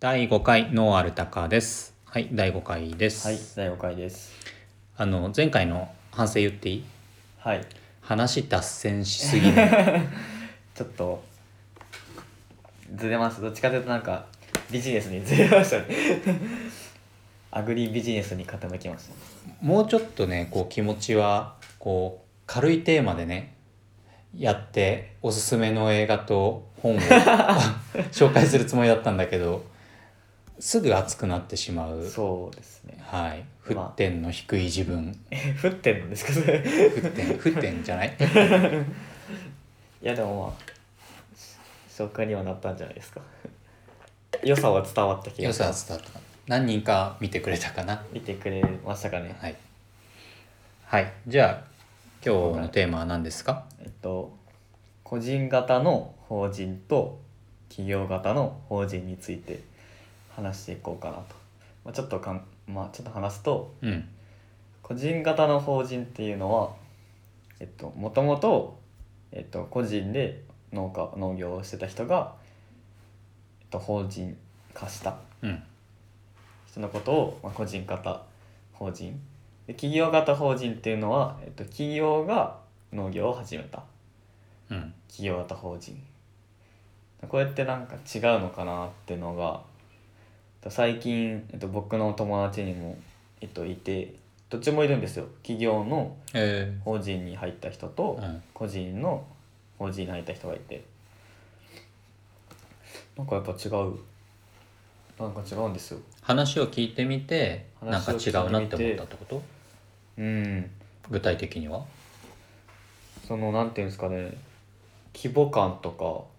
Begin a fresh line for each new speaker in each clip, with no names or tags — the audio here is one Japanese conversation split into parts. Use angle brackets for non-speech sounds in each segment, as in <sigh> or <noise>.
第5回ノーアルタカですはい第5回です、
はい、第5回です。
あの前回の反省言っていい
はい、
話脱線しすぎ
<laughs>
ね
ちょっと、ずれます。どっちかというとなんか、ビジネスにずれましたね。 <laughs> アグリビジネスに傾きました。
もうちょっとねこう気持ちはこう軽いテーマでねやっておすすめの映画と
<laughs>
本を紹介するつもりだったんだけどすぐ熱くなってしまう
そうですね。 <laughs>
はい沸点の低い自分
え、降ってんのですか、そ <laughs> れ。
沸点沸点じゃ
<laughs>
ない
いや、でもまあ、し紹介にはなったんじゃないですか。 <laughs> 良さは伝わった気
良
が
さは伝わったかな何人か見てくれたかな
見てくれましたかね。
はい、はい、じゃあ今日のテーマは何ですか
えっと、個人型の法人と企業型の法人について話していこうかなと、まあ、ちょっとかん、まあ、ちょっと話すと
うん
個人型の法人っていうのはえっともともと、えっと、個人で農家農業をしてた人が、えっと、法人化した
うん
人のことを、まあ、個人型法人で企業型法人っていうのは、えっと、企業が農業を始めた
うん
企業型法人こうやってなんか違うのかなってのがえっと最近、えっと、僕の友達にも、えっと、いてどっちもいるんですよ企業の
え
法人に入った人
ー
と
うん
個人の法人に入った人がいてなんかやっぱ違うなんか違うんですよ
話を聞いてみてなん
話
か
を
違
聞いうてみ
なって思
て
ったってこと
うん
具体的には
そのなんていうんですかね規模感とか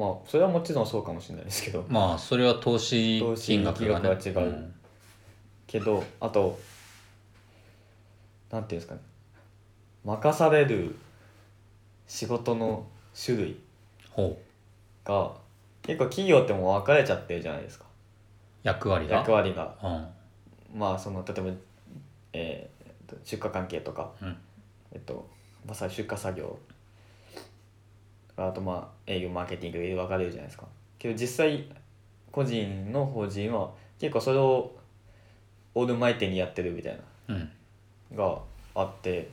まあそれはもちろんそうかもしれないですけど
まあそれは投資
投資
金額がね
金額は違うけどあとなんていうんですかね任される仕事の種類
ほう
が結構企業ってもう分かれちゃってるじゃないですか
役割が
役割が
うん
まあその例えば、えーえっと出荷関係とか、
うん
えっとまさに出荷作業あとまあ営業マーケティングで分かれるじゃないですかけど実際個人の法人は結構それをオールマイティにやってるみたいな
うん
があって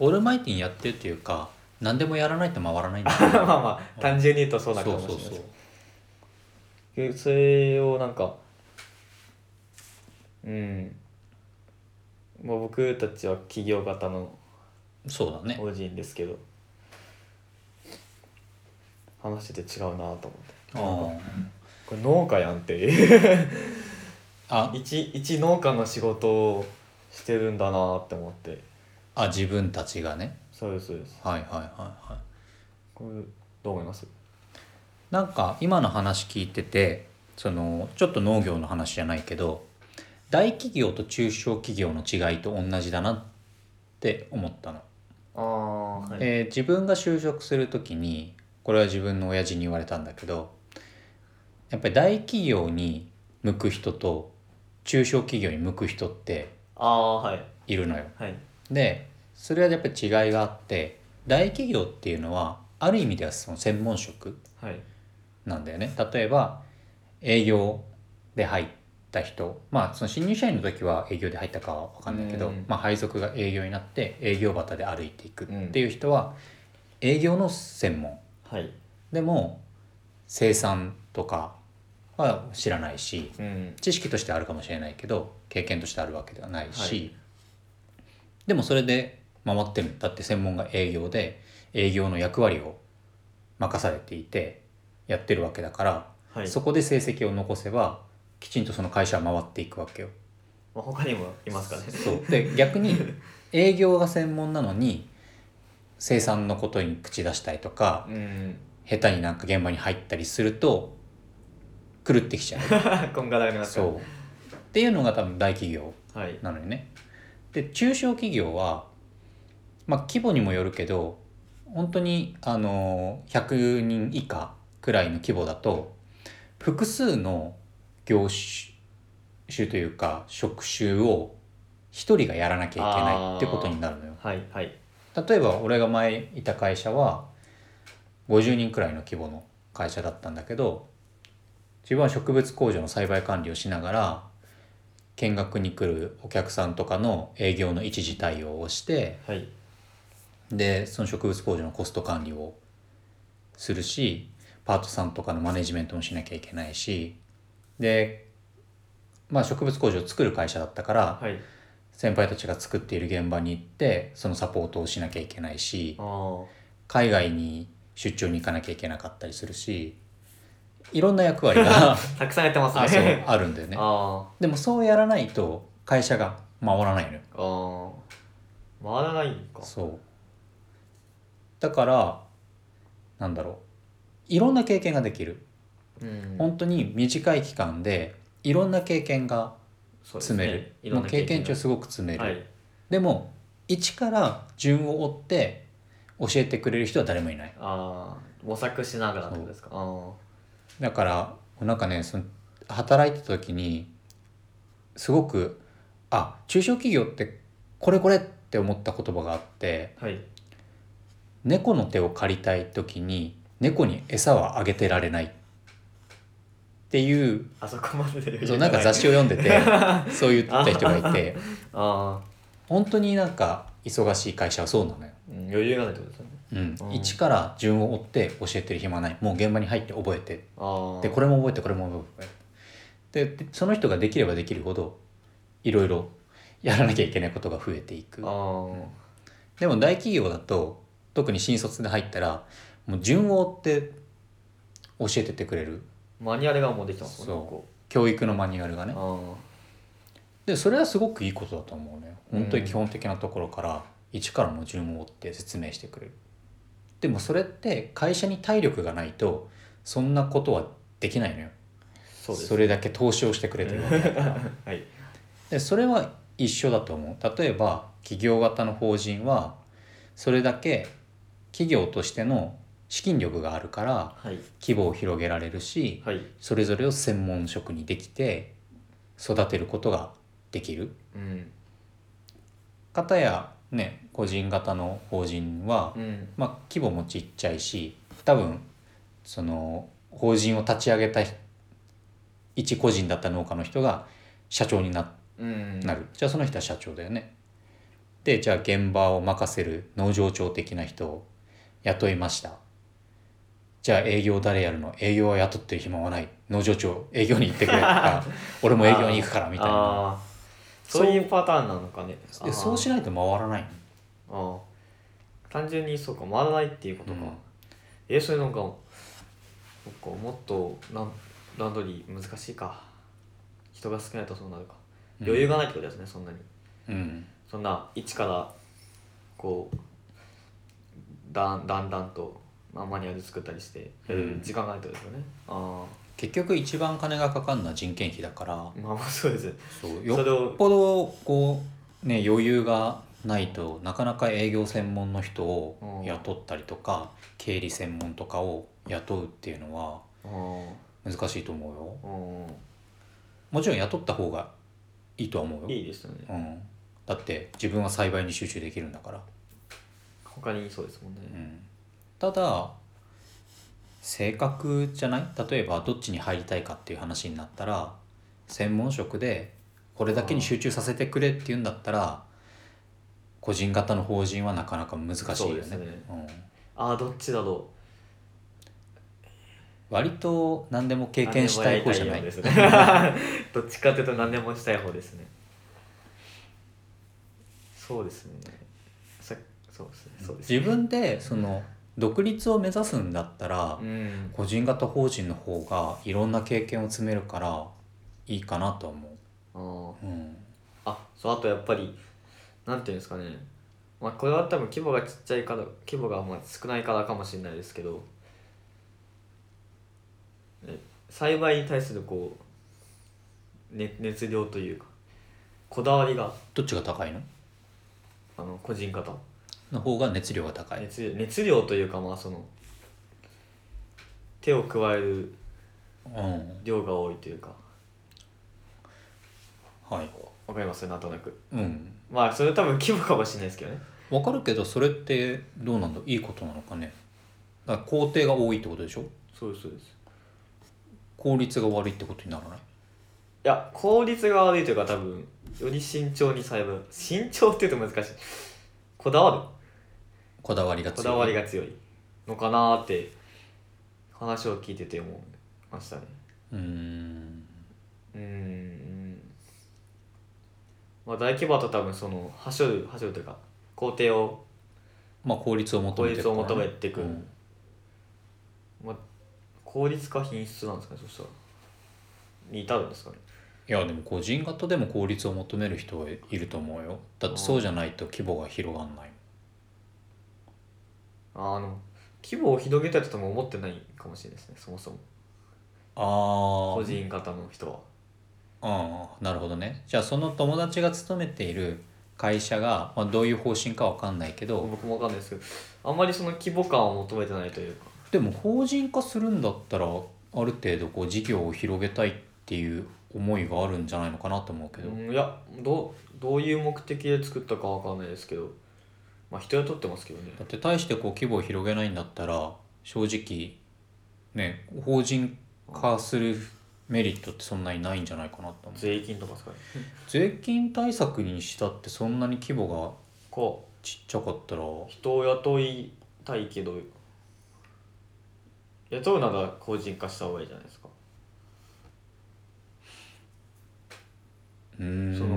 オールマイティにやってるっていうか何でもやらないと回らないんだ
<laughs> <laughs> ま
よ
あまあ単純に言うとそうなか
そ
も
う
しれ
そ
ないうで
そ
す
う
けどそれをなんかうんまあ僕たちは企業型の
そうだね
法人ですけど話してて違うなと思って
あ
これ農家やんっていう <laughs>
あ
一一農家の仕事をしてるんだなって思って
あ自分たちがね
そうですそうです
はいはいはいはい
これどう思います
なんか今の話聞いててそのちょっと農業の話じゃないけど大企業と中小企業の違いと同じだなって思ったの、
ああはい
えー自分が就職する時にこれは自分の親父に言われたんだけどやっぱり大企業に向く人と中小企業に向く人って
ああはい
いるのよ
はい
でそれはやっぱり違いがあって大企業っていうのはある意味ではその専門職
はい
なんだよね例えば営業で入った人まあその新入社員の時は営業で入ったかは分かんないけど、
うん
まあ、配属が営業になって営業旗で歩いていくっていう人は営業の専門
はい
でも生産とかは知らないし
うん
知識としてあるかもしれないけど経験としてあるわけではないし、
はい
でもそれで回ってるだって専門が営業で営業の役割を任されていてやってるわけだから、
はい
そこで成績を残せばきちんとその会社は回っていくわけよ。
まあ、他にもいますかね
そうで逆に営業が専門なのに生産のことに口出したりとか
うん <laughs>
下手になんか現場に入ったりすると狂ってきちゃ
<laughs>
う。
こんがらがりますか
そうっていうのが多分大企業
らはい
なのよね。で中小企業は、まあ、規模にもよるけど本当にあの100人以下くらいの規模だと複数の業種種というか職種を一人がやらなきゃいけないってことになるのよ。
はいはい
例えば俺が前いた会社は50人くらいの規模の会社だったんだけど自分は植物工場の栽培管理をしながら見学に来るお客さんとかの営業の一時対応をして
はい
でその植物工場のコスト管理をするしパートさんとかのマネジメントもしなきゃいけないしで、まあ、植物工場を作る会社だったから
はい
先輩たちが作っている現場に行ってそのサポートをしなきゃいけないし
ああ
海外に出張に行かなきゃいけなかったりするしいろんな役割
<laughs>
が
たくさんやってます
あそう
ね
あるんだよね。
<laughs> あ
でもそうやらないと会社が回らないのよ。
あああ回らないんか
そうだからなんだろういろんな経験ができる
うん
本当に短い期間でいろんな経験が
そうです
積
ね
める、
いろ
も
ん
う
な
経験値を
が
すごく積める、
はい
でも一から順を追って教えてくれる人は誰もいない
ああ模索しながらってことですかああ
だからなんかねその働いてた時にすごくあ中小企業ってこれこれって思った言葉があって
はい
猫の手を借りたい時に猫に餌はあげてられないっていう
あそこまでで
そうなんか雑誌を読んで
<laughs>
てそう言った人がいて
ああ、
本当になんか忙しい会社はそうなのよ、
うん、余裕がないってことですよね
うん
うん
一から順を追って教えてる暇ないもう現場に入って覚えて
ああ
でこれも覚えてこれも覚えてでその人ができればできるほどいろいろやらなきゃいけないことが増えていく
ああ
でも大企業だと特に新卒で入ったらもう順を追って教えてってくれる
マニュアルがもうできてますもん
そう
ねこ
教育のマニュアルがね
こ
でそれはすごくいいことだと思うね
うん
本当に基本的なところから一からの順を追って説明してくれるでもそれって会社に体力がないとそんなことはできないのよ
ああそうです
れだけ投資をしてくれてるわけだから
<laughs> はい
でそれは一緒だと思う例えば企業型の法人はそれだけ企業としての資金力があるから
はい
規模を広げられるし、
はい
それぞれを専門職にできて育てることができる
うん
方やね個人型の法人は、
うん
まあ、規模もちっちゃいし多分その法人を立ち上げた一個人だった農家の人が社長にな
うん
なる、じゃあその人は社長だよね。でじゃあ現場を任せる農場長的な人を雇いました。じゃあ営業誰やるの営業は雇ってる暇はない農場長営業に行ってくれと
<laughs>
か俺も営業に行くからみたいな
ああそういうパターンなのかねあ
で
あ
そうしないと回らない
ああ単純にそうか回らないっていうことか、
うん
えそれなんかそっかもっとランランドリー難しいか人が少ないとそうなるか
うん
余裕がないってことですね、そんなに
うん
そんな一からこうだんだんだんと、まあ、マニュアル作ったりしてやる
うん
時間がないってことですよね、あ
結局一番金がかかるのは人件費だから
あまあまあそうです
そうよ
それ
よっ
を
ぽどこうね余裕がないとなかなか営業専門の人を雇ったりとか、経理専門とかを雇うっていうのは
うん
難しいと思うよ
う
もちろん雇った方がいいとは思
ん
うよ、
いいですよね
うん、だって自分は栽培に集中できるんだから、
他にそうですもんね、
うん、ただ性格じゃない例えばどっちに入りたいかっていう話になったら専門職でこれだけに集中させてくれって言うんだったら個人型の法人はなかなか難しい
そう
よ
です
ね
ね
うん、
ああどっちだろ
割と何でも
う
経験したい方じゃない
何でもやりたいようですね <laughs> どっちかというと何でもしたい方ですねそうですねさそうですねそうですね
自分でその独立を目指すんだったら、
うん
個人型法人の方がいろんな経験を積めるからいいかなとは思
あー
う、うん、
あそうあとやっぱりなんていうんですかねまあこれは多分規模がちっちゃいから規模がまあ少ないからかもしれないですけどえ栽培に対するこう、ね、熱量というかこだわりが
どっちが高いの
あの個人型
の方が熱量が高い、
熱熱量というかまあその手を加える
うん
量が多いというか
はい
わかりますなんとなく
うん、
まあそれ多分規模かもしれないですけどね
わかるけどそれってどうなんだいいことなのかねだから工程が多いってことでしょ
そうですそうです
効率が悪いってことにならない
いや効率が悪いというか多分より慎重に細分慎重って言うと難しいこだわ
こだわりが
るこ
強い
だわりが強いのかなーって話を聞いてて思いましたね
うーん
うーんまあ大規模だと多分そのはしょるはしょるというか工程を
まあ効率を求
効
めてる
率を求め
からね
ていく、
うん
まあ、効率か品質なんですかねそしたらに至るんですかね
いやでも個人型でも効率を求める人はいると思うよだってそうじゃないと規模が広がんない
あの規模を広げたいとも思ってないかもしれないですねそもそも
あー
個人型の人は
ああなるほどねじゃあその友達が勤めている会社が、まあ、どういう方針かわかんないけど
僕もわかんないですけどあんまりその規模感を求めてないというか
でも法人化するんだったらある程度こう事業を広げたいっていう思いがあるんじゃないのかなと思うけど、
うんいやどうどういう目的で作ったかわかんないですけどまあ人雇ってますけどね
だって大してこう規模を広げないんだったら正直ね法人化するメリットってそんなにないんじゃないかなと思う
税金とかですかね
税金対策にしたってそんなに規模が
こ
ちっちゃかったら
う人を雇いたいけど雇うなら個人化した方がいいじゃないですか
うーん
そ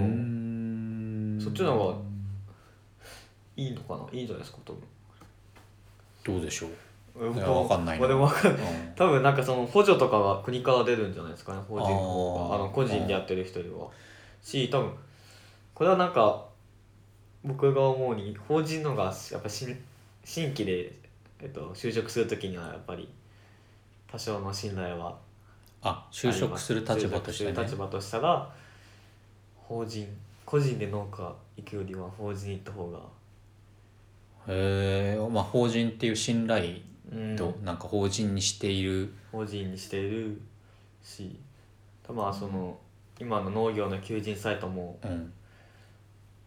そっちの方がいいのかないいんじゃないですか多
どうでしょう
分
いやわかんないな
俺もわかんない
うん
多分なんかその補助とかは国から出るんじゃないですかね法人の方が
あ
あ
ー
の個人でやってる人よりはし多分これはなんか僕が思うに法人の方がやっぱ新新規で、えっと、就職する時にはやっぱり多少の信頼は
あ就職する立場として
<laughs> 就職する立
ね
場としたら法人個人で農家行くよりは法人行った方が
へえまあ法人っていう信頼
うん
となんか法人にしている
法人にしているし多分その今の農業の求人サイトも
うん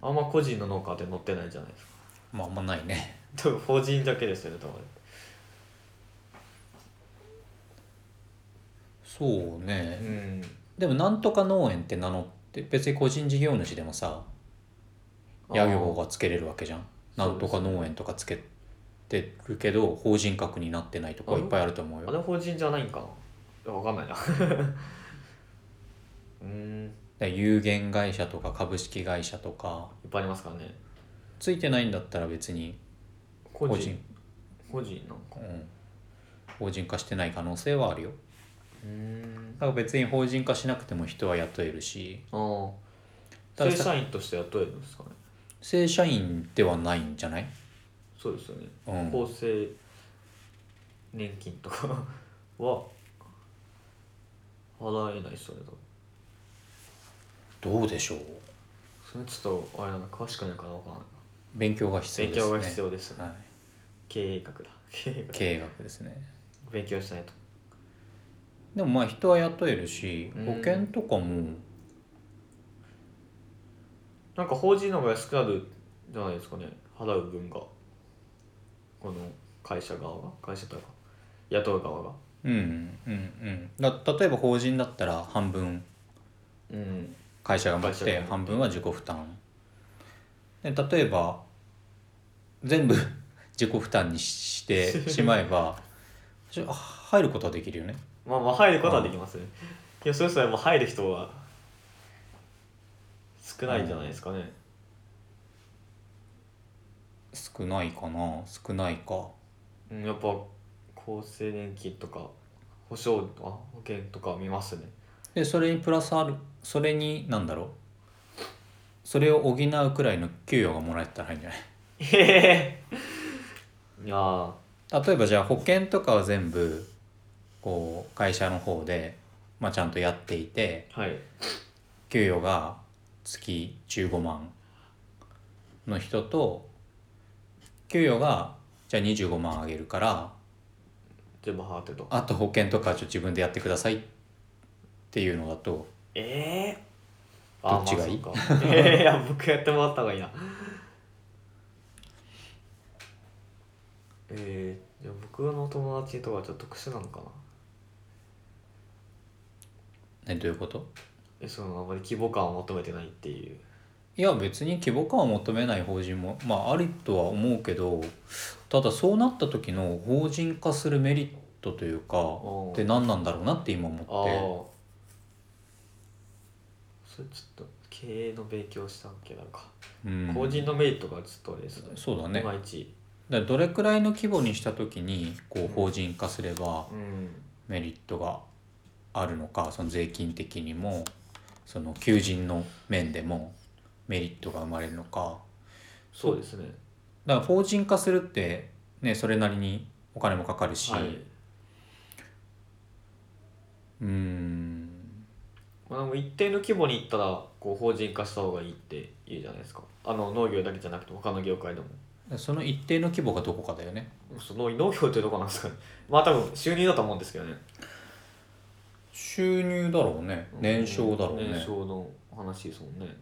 あんま個人の農家って載ってないじゃないですか
まああんまないね
多分 <laughs> 法人だけですよね多分
そうね
うん
でもなんとか農園って名乗って別に個人事業主でもさ屋号がつけれるわけじゃん
あー
なんとか農園とかつけてるけど法人格になってないとこはいっぱいあると思う
あ
よ
れ法人じゃないんかないやわかんないな <laughs> うんいっ
で有限会社とか株式会社とか
ぱいありますからね
ついてないんだったら別に
個
法
人
人
個人なんか
うん、法人化してない可能性はあるよ
うん
だから別に法人化しなくても人は雇えるし
ああ
ただ
正
さ
社員として雇えるんですかね
正社員ではないんじゃない、
そうですよね
うん、
厚生年金とかは払えないですよね多分
どうでしょう
それちょっとあれなの詳しくないからわからない
勉強が必要
勉
ですね
強が必要ですね
はい、
経営学だ経営学
経営学ですね
勉強しないと
でもまあ人は雇えるし
うん
保険とかも
なんか法人の方が安くなるんじゃないですかね払う分がこの会社側が会社というか雇う側が
うんうんうんだ例えば法人だったら半分
うん
会社が持っ
会社
て
が持って
半分は自己負担で例えば全部 <laughs> 自己負担に
<laughs>
してしまえばし入ることはできるよね
まあまあ入ることはできますねいやそれそれもう入る人は少ないんじゃないですかね、
少ないかな少ないか
うん、やっぱ厚生年金とか保証あ保険とか見ますね
でそれにプラスあるそれに何だろうそれを補うくらいの給与がもらえたらいいんじゃない
へえいやー
例えばじゃあ保険とかは全部こう会社の方で、まあ、ちゃんとやっていて
はい
給与が月15万の人と給与がじゃあ25万あげるから
全部払ってと
あと保険とかはちょっと自分でやってくださいっていうのだと
ええ
どっちがいい
まあ、そうか <laughs> ええいや僕やってもらった方がいいなええじゃあ僕の友達とかちょっと特殊なのかな
えどういうこと
えそのあまり規模感を求めてないっていう
いや別に規模感を求めない法人も、まあ、ありとは思うけどただそうなった時の法人化するメリットというか
お
って何なんだろうなって今思
ああ
っ
それちょっと経営の勉強したわけなのか、
て、うん、
法人のメリットがちょっとあれですね
そうだね
いまいち
だからどれくらいの規模にした時にこう法人化すれば
うん
メリットがあるのかその税金的にもその求人の面でもメリットが生まれるのか
そうですね
だから法人化するって、ね、それなりにお金もかかるし、
はいう
ーん
まあ、でも一定の規模に行ったらこう法人化した方がいいって言うじゃないですかあの農業だけじゃなくて他の業界でも
その一定の規模がどこかだよね
その農業ってどこなんですかね <laughs> まあ多分収入だと思うんですけどね
収入だろうね年商だろうね
年商の話ですもんね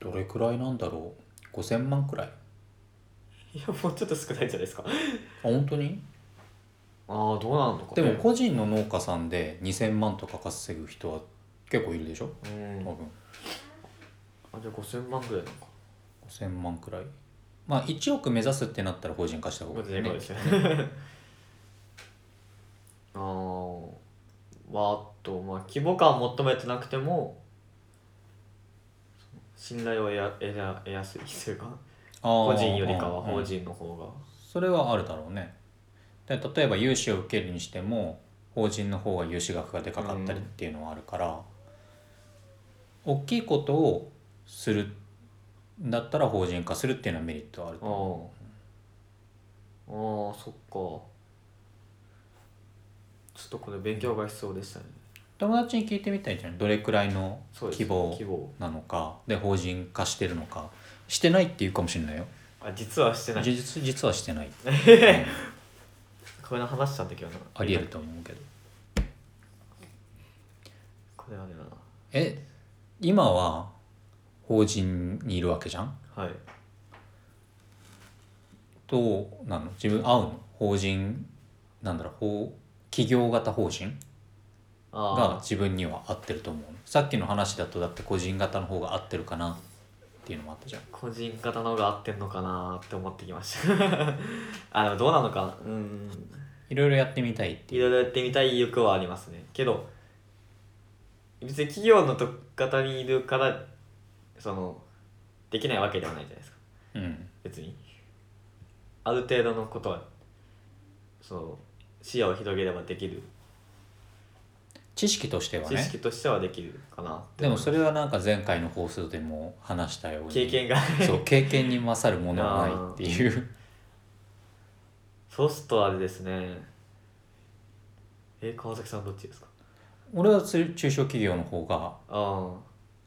どれくらいなんだろう5000万くらいあ
いやもうちょっと少ないんじゃないですか
本当に
ああどうなのか
で
ね、
も個人の農家さんで2000万とか稼ぐ人は結構いるでしょ
うん
多分
あじゃあ5000万ぐらいなのか
5000万くらいまあ1億目指すってなったら法人化した方
こ
が
れ
いい
で
ね
かいですね <laughs> あーまああとまあ規模感を求めてなくても信頼を得や得や得やすい <laughs> というか
個
個人よりかは法人の方が
それはあるだろうねで例えば融資を受けるにしても法人の方が融資額がでかかったりっていうのはあるから、大きいことをするんだったら法人化するっていうのはメリットはあると
あ
思う
あああそっかちょっとこれ勉強が必要でしたね
友達に聞いてみたいじゃんどれくらいの
そうで
希
すね
望
希望
なのかで法人化してるのかしてないっていうかもしれないよ
あ実はしてない
実実はしてない、 <laughs> うん
これの話したんだけどな
ありえると思うけど
これあれだ
え今は法人にいるわけじゃん
なはい
どうなの自分合うの法人なんだろう法企業型法人が
あ
自分には合ってると思うのさっきの話だとだって個人型の方が合ってるかなっていうのもあったじゃん
あ個人型の方が合ってんのかなーって思ってきました <laughs> あでもどうなのかなうん
いろいろやってみたいって
い
いう
ろいろやってみたい欲はありますねけど別に企業のと方にいるからそのできないわけではないじゃないですか
うん
別にある程度のことはその視野を広げればできる
知識としては
知
ね
識としてはできるかなって
でもそ
れ
れはなんか前回の放送でも話したように
経験が <laughs>
そう経験に勝るものはないっていう
そうするとあれですねえ川崎さんどっちですか
俺はつ中小企業の方が
あ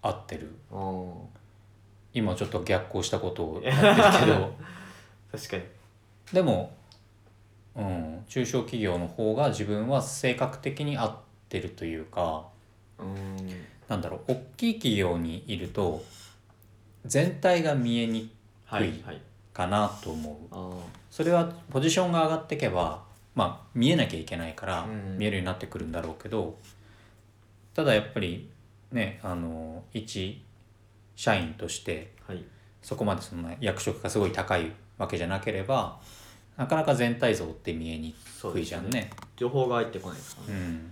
合ってる
あうん
今ちょっと逆行したことをやってるけど
確かに
でも、うん、中小企業の方が自分は性格的に合ってるというか
うん
なんだろう大きい企業にいると全体が見えに
は
低
い
い
はい
かなと思う
あー
それはポジションが上がっていけば、まあ、見えなきゃいけないから
うん
見えるようになってくるんだろうけどただやっぱりねあの一社員として
はい
そこまでそんな役職がすごい高いわけじゃなければなかなか全体像って見えに
そう
く
で
い
す
じゃんね。
情報が入ってこないですか
う
ね
ん、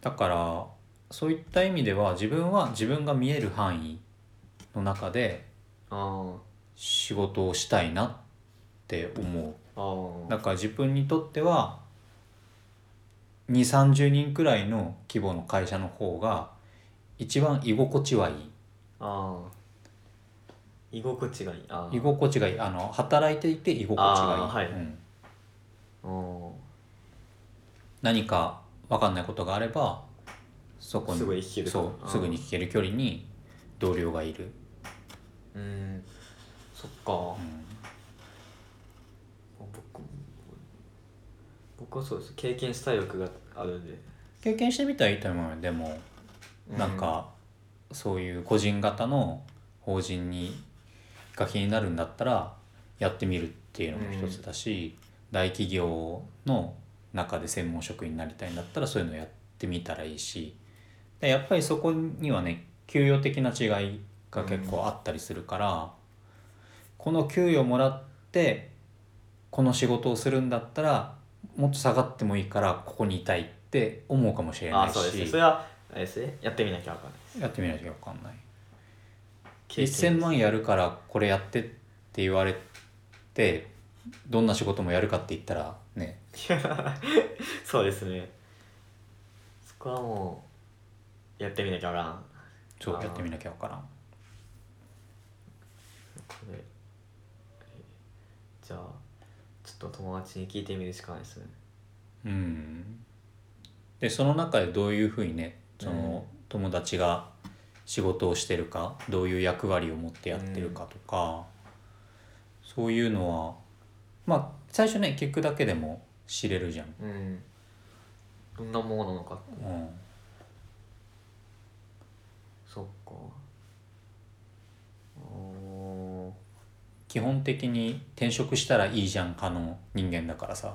だからそういった意味では自分は自分が見える範囲の中で
あ
仕事をしたいなって思
ああ
うだ
あ
から自分にとっては2 3 0人くらいの規模の会社の方が一番居心地はいい
ああ居心地がいいああ
居心地がいいあの働いていて居心地がいい、
あーはい
うん
うん
何か分かんないことがあればそこに
すぐに聞ける
そう
うん
すぐに聞ける距離に同僚がいる、
うんそっか
うん
僕も僕はそうです経験したい欲があるんで
経験してみたらいいと思うよでもなんかそういう個人型の法人にが気になるんだったらやってみるっていうのも一つだし、大企業の中で専門職員になりたいんだったらそういうのやってみたらいいしでやっぱりそこにはね給与的な違いが結構あったりするから、この給与もらってこの仕事をするんだったらもっと下がってもいいからここにいたいって思うかもしれ
あ
な
あ
い
そうですね
し
それはあれですねやってみなきゃ分かんない
やってみないと分かんない。
経験です
1000万やるからこれやってって言われてどんな仕事もやるかって言ったらね
そうですねそこはもうやってみなきゃ分からん
そう
あー
やってみなきゃ分からん
これえじゃあちょっと友達に聞いてみるしかないですね
うんでその中でどういうふうにねその友達が仕事をしてるかどういう役割を持ってやってるかとか、そういうのはまあ最初ね聞くだけでも知れるじゃん、
うんどんなものなのか
うん、
そっかおー
基本的に転職したらいいじゃんかの人間だからさ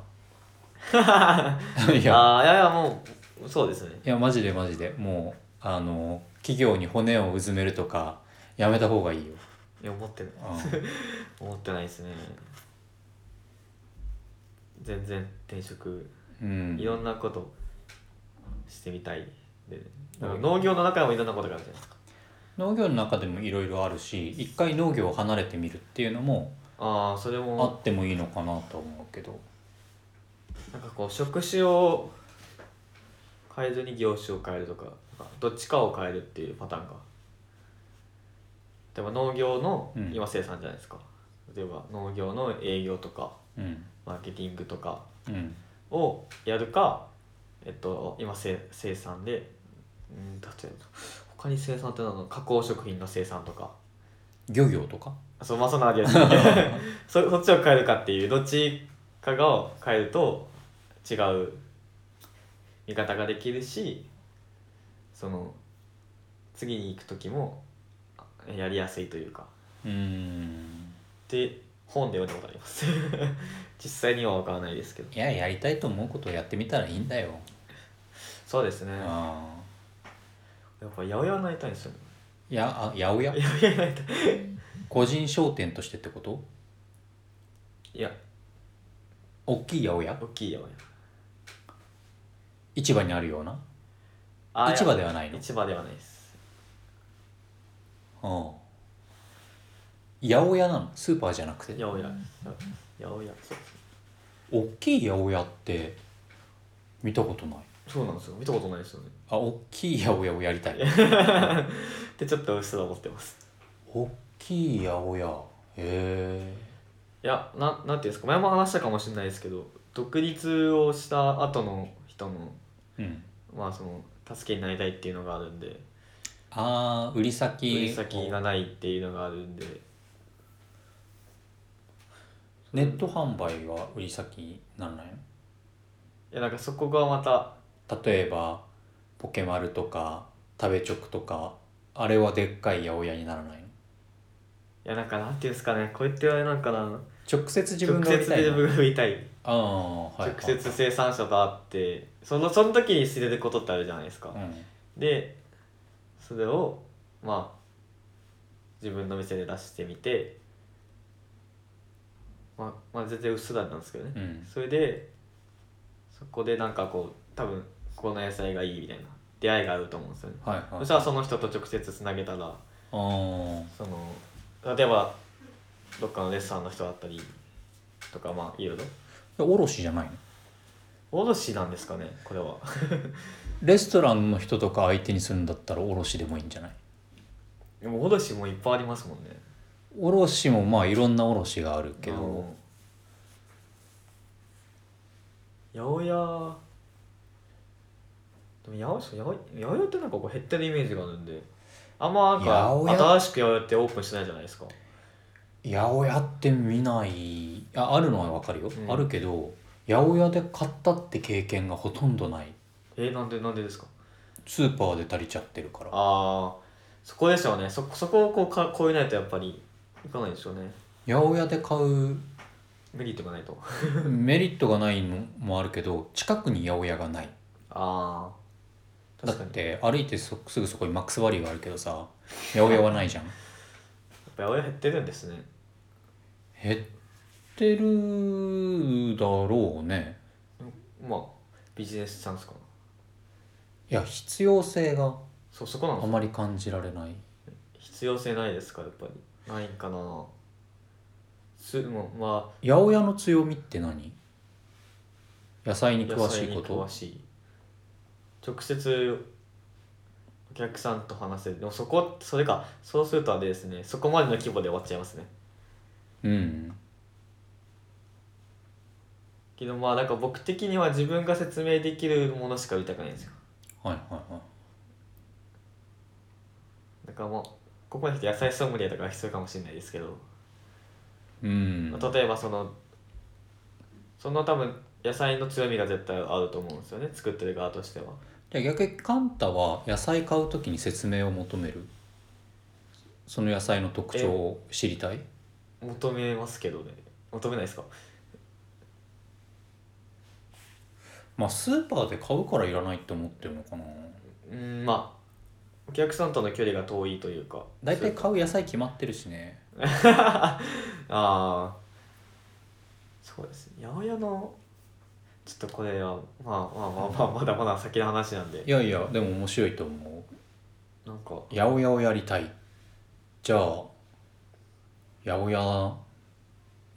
いや
ああいやいやもうそうですね
いやマジでマジでもうあの企業に骨をうずめるとかやめた方がいいよ、
いや思ってない
うん、
思ってないですね全然転職
うん
いろんなことしてみたいで、
うん
なんか農業の中でもいろんなことがあるじゃないですか
農業の中でもいろいろあるし一回農業を離れてみるっていうのも
ああそれ
あ
も
ってもいいのかなと思うけど
なんかこう職種を変えずに業種を変えるとかなんかどっちかを変えるっていうパターンが例えば農業の
うん
今生産じゃないですか、例えば農業の営業とか
うん
マーケティングとか
うん
をやるか、えっと、今せ生産でうんだって他に生産ってなの加工食品の生産とか
漁業とか
そうまあそんなわけ <laughs> ですそそっちを変えるかっていうどっちかが変えると違う見方ができるしその次に行く時もあやりやすいというか
うーん
で本で読んだことあります <laughs> 実際には分からないですけど
いややりたいと思うことをやってみたらいいんだよ、
そうですね
ああ
やっぱ八百屋になりたいんですよね <laughs>
いやあ八百屋
八百屋になりたい
個人商店としてってこと
いや
大きい八百屋
大きい八百屋
市場にあるような
あ
市場
い
ではない
や
の
市場ではないです
ああ八百屋なのスーパーじゃなくて
八百屋八百屋そうですね
大きい八百屋って見たことない
そうなんですよ見たことないですよね
あ大きい八百屋をやりたい
って <laughs> ちょっとうっすら思ってます
大きい八百屋へえ
いやななんていうんですか前も話したかもしれないですけど独立をした後の人の
うん
まあその助けになりたいっていうのがあるんで
ああ売り先
売り先がないっていうのがあるんで
ネット販売は売り先になんない
いやなんかそこがまた
の例えばポケマルとか食べチョクとかあれはでっかい八百屋にならないの
いやなんかなんていうんですかねこうやってあれなんかな
直接自分
直
が売り
接
たい
自
の
分が売りたい
ああはい
直接生産者と会ってそのその時に知れることってあるじゃないですか、
はい
でそれをまあ自分の店で出してみてまあまあ全然うっすらなんですけどね、
うんうん
それでそこでなんかこう多分この野菜がいいみたいな出会いがあると思うんですよね、
はいはい
そしたらその人と直接つなげたら
あー
その例えばどっかのレストランの人だったりとかまあいろいろ
卸じゃないの
卸なんですかねこれは
レストランの人とか相手にするんだったら卸でもいいんじゃない
でも卸もいっぱいありますもんね
卸もまあいろんな卸があるけど
あの八百屋でも八百屋八百屋ってなんかこう減ってるイメージがあるんであんまなん
八百屋
か新しく八百屋ってオープンしてないじゃないですか
八百屋って見ないああるのはわかるよ、
うん
あるけど八百屋で買ったって経験がほとんどない
えー、なんでなんでですか
スーパーで足りちゃってるから
ああそこでしょうねそそこをこうか超えないとやっぱりいかないでしょうね <laughs>
八百屋で買う
メリットがないと
メリットがないのもあるけど近くに八百屋がない
ああ
だ
確
っ
かに
て歩いてそすぐそこにマックスバリューがあるけどさ八百屋はないじゃん
やっぱ親減ってるんですね
減ってるだろうね
まあビジネスチャンスかない
や必要性が
そうそこなんで
あ
す
まり感じられない
必要性ないですかやっぱりないんかなすもうまあ
八百屋の強みって何野菜に詳
野
し
菜
いこ
に
と
詳しい直接お客さんと話せるでもそこそれかそうするとあれですねそこまでの規模で終わっちゃいますね
うん
けどまあなんか僕的には自分が説明できるものしか売りたくないんですよ
はいはいはい
だからもうここに来て野菜ソムリエとかが必要かもしれないですけど、
うん
まあ例えばそのその多分野菜の強みが絶対あると思うんですよね作ってる側としては
じゃあ逆にカンタは野菜買うときに説明を求めるその野菜の特徴を知りたい
求めますけどね求めないですか
まあスーパーで買うからいらないって思ってるのかな
うんまあお客さんとの距離が遠いというか
大体
そう
買う野菜決まってるしね
ああそうですね八百屋のちょっとこれはまあまあまあまあまだまだ先の話なんで
いやいやでも面白いと思う
なんか
八百屋をやりたいじゃあ八百屋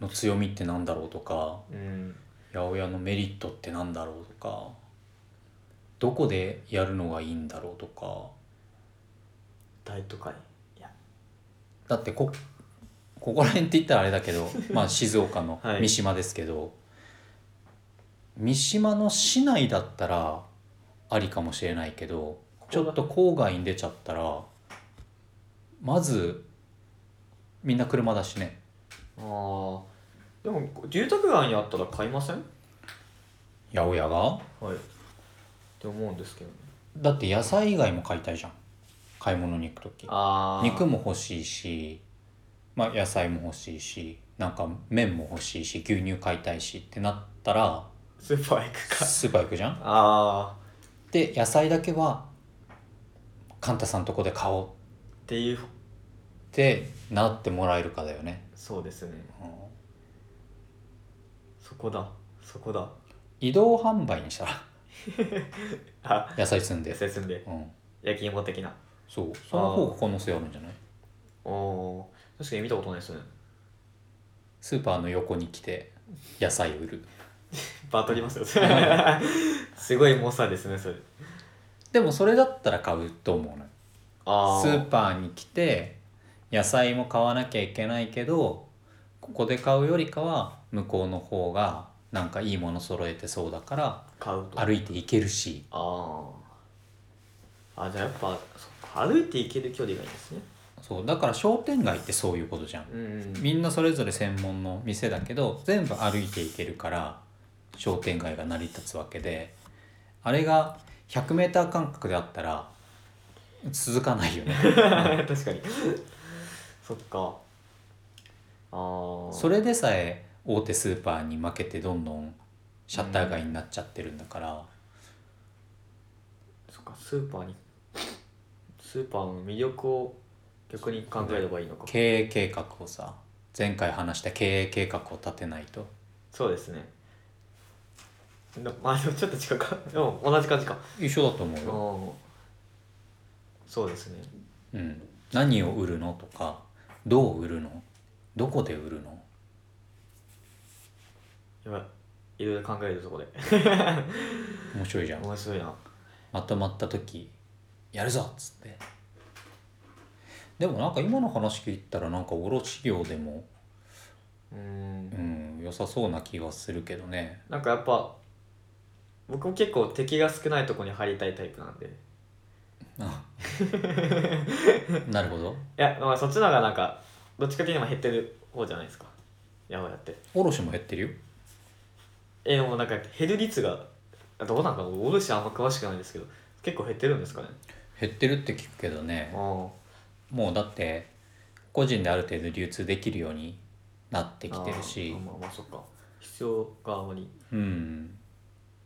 の強みってなんだろうとか
うん
八百屋のメリットってなんだろうとかどこでやるのがいいんだろうとか
大都会いや
だってこここら辺って言ったらあれだけ
<laughs>
どまあ静岡の
はい
三島ですけど、三島の市内だったらありかもしれないけど
こ
ちょっと郊外に出ちゃったらまずみんな車だしね
ああでも住宅街にあったら買いません
八百屋が
はいって思うんですけどね
だって野菜以外も買いたいじゃん買い物に行く時
ああ
肉も欲しいし、まあ、野菜も欲しいしなんか麺も欲しいし牛乳買いたいしってなったら
スーパー行くか
スーパー行くじゃん
ああ
で野菜だけはカンタさんとこで買おうっ
っていう
てなってもらえるかだよね、
そうですね
うん
そこだそこだ
移動販売にした <laughs> ら
あ
野菜積んで
野、菜積んで
うん、
焼き芋的な
そうその方が可能性あるんじゃない
おおー確かに見たことないですね
スーパーの横に来て野菜売る
<laughs> バトりますよ <laughs> すごいモンスターですねそれ
でもそれだったら買うと思うのよ
ああ
スーパーに来て野菜も買わなきゃいけないけどここで買うよりかは向こうの方がなんかいいもの揃えてそうだから
買うとあ
歩いて行けるし
あーあじゃあやっぱそっか歩いて行ける距離がいいですね
そうだから商店街ってそういうことじゃん
うんうん
みんなそれぞれ専門の店だけど全部歩いていけるから商店街が成り立つわけであれが 100m 間隔であったら続かないよね
<laughs> 確かにそっかああ
それでさえ大手スーパーに負けてどんどんシャッター街になっちゃってるんだから、
そっかスーパーにスーパーの魅力を逆に考えればいいのか
経営計画をさ前回話した経営計画を立てないと
そうですねなまあでもちょっと違うかでも同じ感じか
一緒だと思う
う
よ、
んそうですね
うん、何を売るのとかどう売るのどこで売るの
やばいいろいろ考えるとこで
面白いじゃん
面白いな
まとまった時やるぞっつってでもなんか今の話聞いたらなんか卸業でも、
うー
うんん、良さそうな気がするけどね <laughs>
なんかやっぱ僕も結構敵が少ないとこに入りたいタイプなんでい
あなるほど
やまあそっちの方がなんかどっちか的にも減ってる方じゃないですかやばいやって
卸も減ってるよ
えもうなんか減る率があどうなんかな俺しあんま詳しくないですけど結構減ってるんですかね
減ってるって聞くけどねもうだって個人である程度流通できるようになってきてるし
あーまあまあそっか必要があまり
うん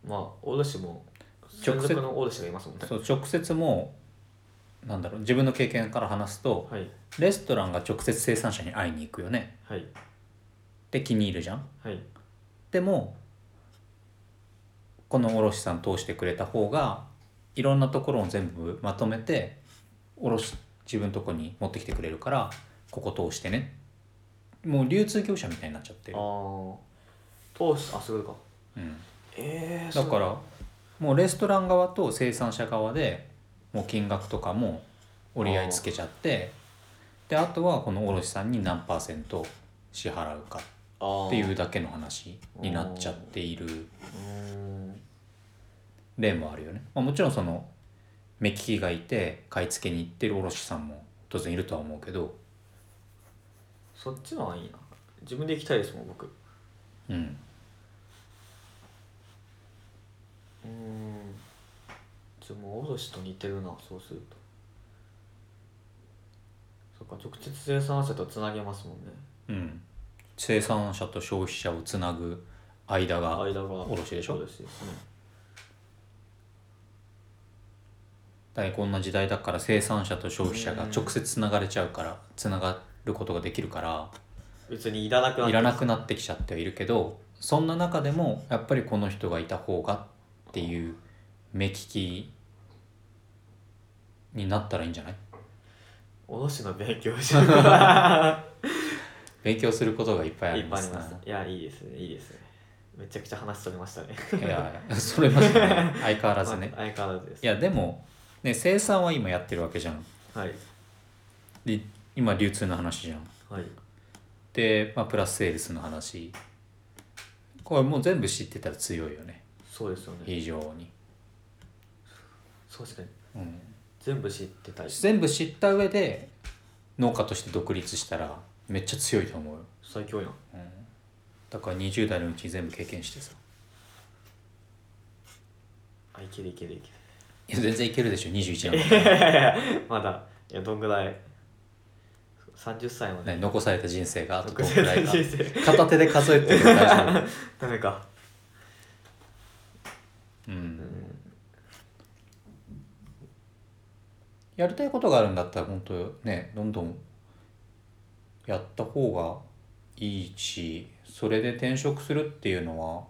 まあ卸も
直
専
接
属の卸がいますもんね
そう直接もうなんだろう自分の経験から話すと
はい
レストランが直接生産者に会いに行くよね
はい
で気に入るじゃん
はい
でもこの卸さん通してくれた方がいろんなところを全部まとめて卸自分のとこに持ってきてくれるからここ通してねもう流通業者みたいになっちゃってる、
ああ通しあそういうことか
うん、
ええ
だからもうレストラン側と生産者側でもう金額とかも折り合いつけちゃってであとはこの卸さんに何パーセント支払うかっていううだけの話になっちゃっている。
ーん
例もあるよね、まあ、もちろんその目利きがいて買い付けに行ってる卸さんも当然いるとは思うけど、
そっちの方がいいな自分で行きたいですもん僕う
うん、
ーんじゃあもう卸と似てるなそうするとそっか直接生産者とつなげますもんね
うん、生産者と消費者をつなぐ間が
間が
卸でしょ
卸ですね
大こんな時代だから生産者と消費者が直接つながれちゃうからつながることができるから
別にいらなくなっ
い
て
らなくなってきちゃってはいるけどそんな中でもやっぱりこの人がいた方がっていう目利きになったらいいんじゃない
卸の勉
<laughs>
強しながら
勉強することがいっぱいあ
い
り
っ
ま
ぱいあり
す
ま
な
すいやいいですねいいですねめちゃくちゃ話しとりましたね
い <laughs> やいやそれまでね <laughs> 相変わらずね
まあ相変わらずです
いやでもね生産は今やってるわけじゃん
はい
で今流通の話じゃん
はい
で、まあ、プラスセールスの話これもう全部知ってたら強いよね
そうですよね
非常に、
そうですね
うん、
全部知ってたい
全部知った上で農家として独立したらめっちゃ強いと思うよ
最強やん
だから20代のうちに全部経験してさ
あいけるいけるいける
いや全然いけるでしょ21年 <laughs>
いやいやいやまだいやどんぐらい30歳ま
ね、
で
残された人生があとど
60
のくらい
歳
か
人生
片手で数えても大丈夫
ダメか
うんやりたいことがあるんだったら本当ねどんどんやった方がいいしそれで転職するっていうのは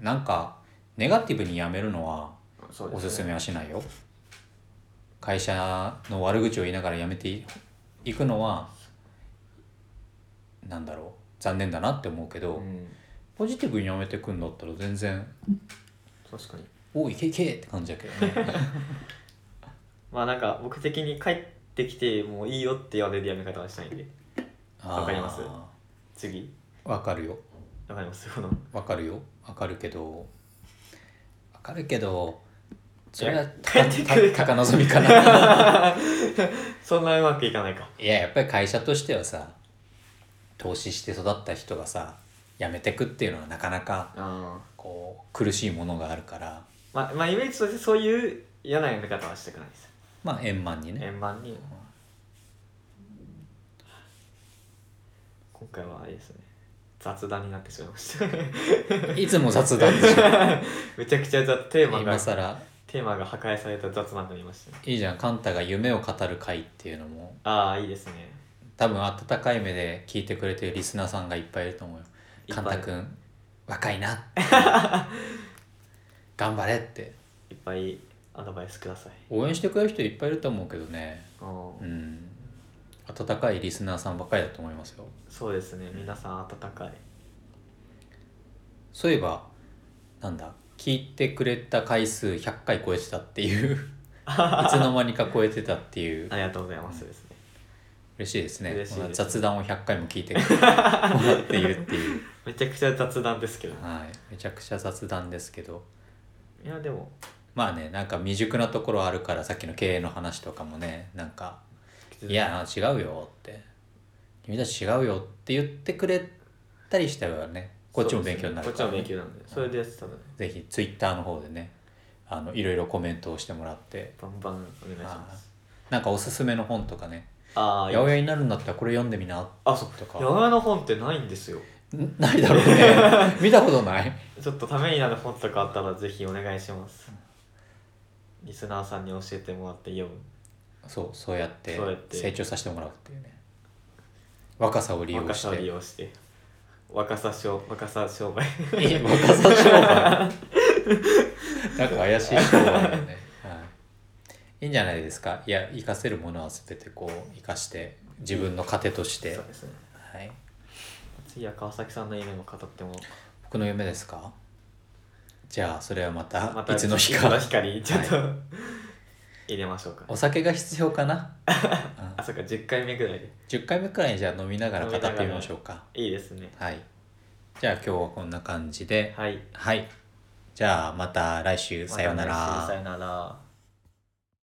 なんかネガティブにやめるのは
そうで
お
すね
すすめはしないよ。会社の悪口を言いながら辞めていいくのはなんだろう残念だなって思うけど、
うん
ポジティブに辞めてくんだったら全然
確かに
おいけいけって感じだけどね
まあなんか僕的に帰ってきてもういいよって言われるやめ方はしたいんでわかります
あ
次
ーわかるよ
わかります
<laughs>
この
わかるよわかるけどわかるけどそれ
い
は
や
た
帰ってくる
た高望みか
<laughs>
な
そんなうまくいかないか
いややっぱり会社としてはさ投資して育った人がさ辞めてくっていうのはなかなか
あ
こう苦しいものがあるから
まあまあイメージとしてそういう嫌なやめ方はしたくないです
まあ円満にね
円満に今回はあれですね雑談になってしまいました
いつも雑談でしょ
<laughs> めちゃくちゃ雑テーマ
今
が
更
テーマが破壊された雑談になりましたね
いいじゃんカンタが夢を語る会っていうのも
ああいいですね
多分温かい目で聞いてくれてるリスナーさんがいっぱいいると思うよ
いっ
カ
ぱい
ンタ君若い <laughs> な頑張れって
いっぱいアドバイスください
応援してくれる人いっぱいいると思うけどね
あー
うん温かいリスナーさんばっかりだと思いますよ
そうですね皆さん温かい
そういえばなんだ聞いてくれた回数100回超えてたっていう <laughs> いつの間にか超えてたっていう
ありがとうございますですね
嬉しいですね
嬉しいです
こんな雑談を100回も聞いて <laughs> もらっているっていう
めちゃくちゃ雑談ですけど
はいめちゃくちゃ雑談ですけど
いやでも
まあねなんか未熟なところあるからさっきの経営の話とかもねなんか「いや違うよ」って「君たち違うよ」って言ってくれたりしたらねこっちも勉強になる
か
から
こ
ね、
っちも勉強なんでそれでやってたの
ぜ
で
ひツイッターの方でねあのいろいろコメントをしてもらって
バンバンお願いします
なんかおすすめの本とかね
あ
八
あ
百屋になるんだったらこれ読んでみな
あそう
と
八
か
百屋の本ってないんですよ
んないだろう
<laughs>
ね見たことない
ちょっとためになる本とかあったらぜひお願いしますリスナーさんに教えてもらって読む
そうそうやって
そうやって
成長させてもらうっていうね若さを利用
若
して
さを利用して若さ商若さ商売
<laughs> え若さ商売なんか怪しい商売だよね、はい、いいんじゃないですかいや生かせるものは全てこう生かして自分の糧として
そう、ですね
はい、
次は川崎さんの夢も語っても
僕の夢ですかじゃあそれはまた
また
いつの日
いつの
か
日にちょっと、入れましょうか
お酒が必要かな、うん
あそっか10回目ぐらいで
10回目くらいにじゃあ飲みながら語ってみましょうか
いいですね
はいじゃあ今日はこんな感じで
はい
はいじゃあまた来週さようなら
また来週さよなら